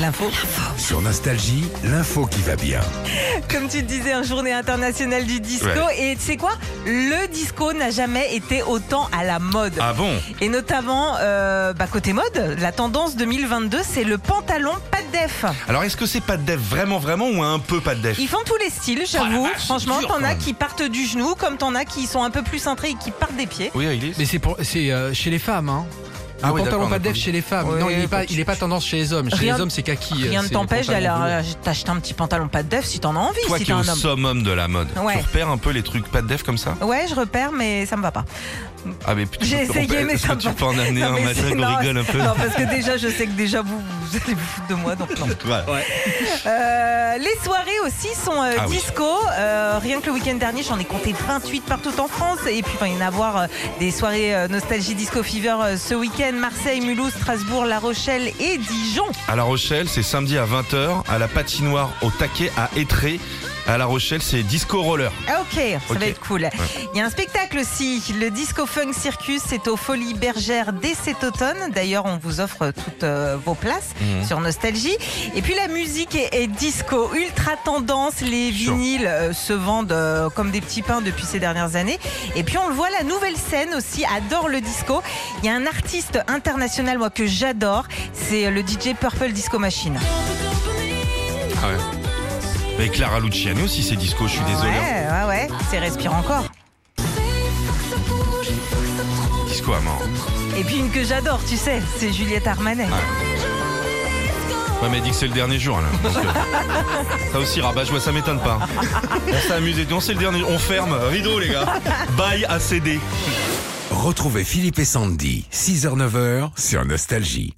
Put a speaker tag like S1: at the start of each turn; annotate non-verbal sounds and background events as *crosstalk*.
S1: L'info.
S2: Sur Nostalgie, l'info qui va bien.
S1: *laughs* Comme tu le disais, en journée internationale du disco. Et tu sais quoi Le disco n'a jamais été autant à la mode.
S3: Ah bon
S1: Et notamment, euh, bah, côté mode, la tendance 2022, c'est le pantalon pas de def.
S3: Alors est-ce que c'est pas de def vraiment vraiment ou un peu pas de def
S1: Ils font tous les
S3: Oh
S1: styles, j'avoue. Franchement, t'en as qui partent du genou, comme t'en as qui sont un peu plus cintrés et qui partent des pieds.
S3: Oui, il est.
S4: Mais c'est pour, c'est euh, chez les femmes, hein. Le
S3: Ah oui, d'accord,
S4: pantalon
S3: on
S4: pas
S3: a
S4: de
S3: pas
S4: def
S3: vu.
S4: chez les femmes.
S3: Ouais,
S4: non, il n'est
S3: faut
S4: pas,
S3: que
S4: il
S3: tu-
S4: est pas tendance chez les hommes. Chez
S1: Rien-
S4: les hommes, c'est kaki.
S1: Rien
S4: euh,
S1: ne
S4: c'est
S1: t'empêche
S4: pantalon
S1: d'aller
S4: bleu.
S1: euh, t'acheter un petit pantalon pas de def si t'en as envie,
S3: Toi
S1: si
S3: qui
S1: t'es
S3: es
S1: un
S3: au
S1: homme.
S3: summum de la mode,
S1: Ouais.
S3: tu repères un peu les trucs pas de def comme ça
S1: Ouais, je repère, mais ça me va pas.
S3: Ah mais putain,
S1: J'ai
S3: tu peux-
S1: essayé,
S3: on-
S1: mais
S3: est-ce
S1: ça
S3: que tu
S1: me-
S3: peux en amener
S1: Non,
S3: un
S1: mais
S3: matin
S1: c'est-
S3: qu'on
S1: non,
S3: rigole un peu
S1: Non, parce que déjà, je sais que déjà, vous, vous allez vous foutre de moi, donc non.
S3: Voilà.
S1: Euh, les soirées aussi sont euh,
S3: Ah oui.
S1: disco. Euh, rien que le week-end dernier, j'en ai compté 28 partout en France. Et puis, enfin, il y en a à voir euh, des soirées euh, Nostalgie Disco Fever euh, ce week-end. Marseille, Mulhouse, Strasbourg, La Rochelle et Dijon.
S3: À La Rochelle, c'est samedi à 20h, à la patinoire au taquet à Étré. À La Rochelle, c'est disco roller.
S1: Ah, ok, ça
S3: Ok.
S1: va être cool. Il y a un spectacle aussi, le Disco Funk Circus, c'est aux Folies Bergères dès cet automne. D'ailleurs, on vous offre toutes euh, vos places
S3: Mhm.
S1: sur Nostalgie. Et puis la musique est, est disco, ultra tendance. Les
S3: Sure.
S1: vinyles euh, se vendent euh, comme des petits pains depuis ces dernières années. Et puis on le voit, la nouvelle scène aussi adore le disco. Il y a un artiste international, moi, que j'adore, c'est euh, le DJ Purple Disco Machine.
S3: Mais Clara Luciani aussi, c'est disco, je suis désolé. hein.
S1: Ouais, ouais, ouais, c'est respire encore.
S3: Disco à mort.
S1: Et puis une que j'adore, tu sais, c'est Juliette Armanet.
S3: Ouais, mais elle dit que c'est le dernier jour, là.
S1: *laughs*
S3: Donc, euh, ça aussi, rabat joie, ça m'étonne pas. On s'est amusé. Non, c'est le dernier. On ferme. Rideau, les gars. Bye à CD.
S2: Retrouvez Philippe et Sandy, 6h-9h sur Nostalgie.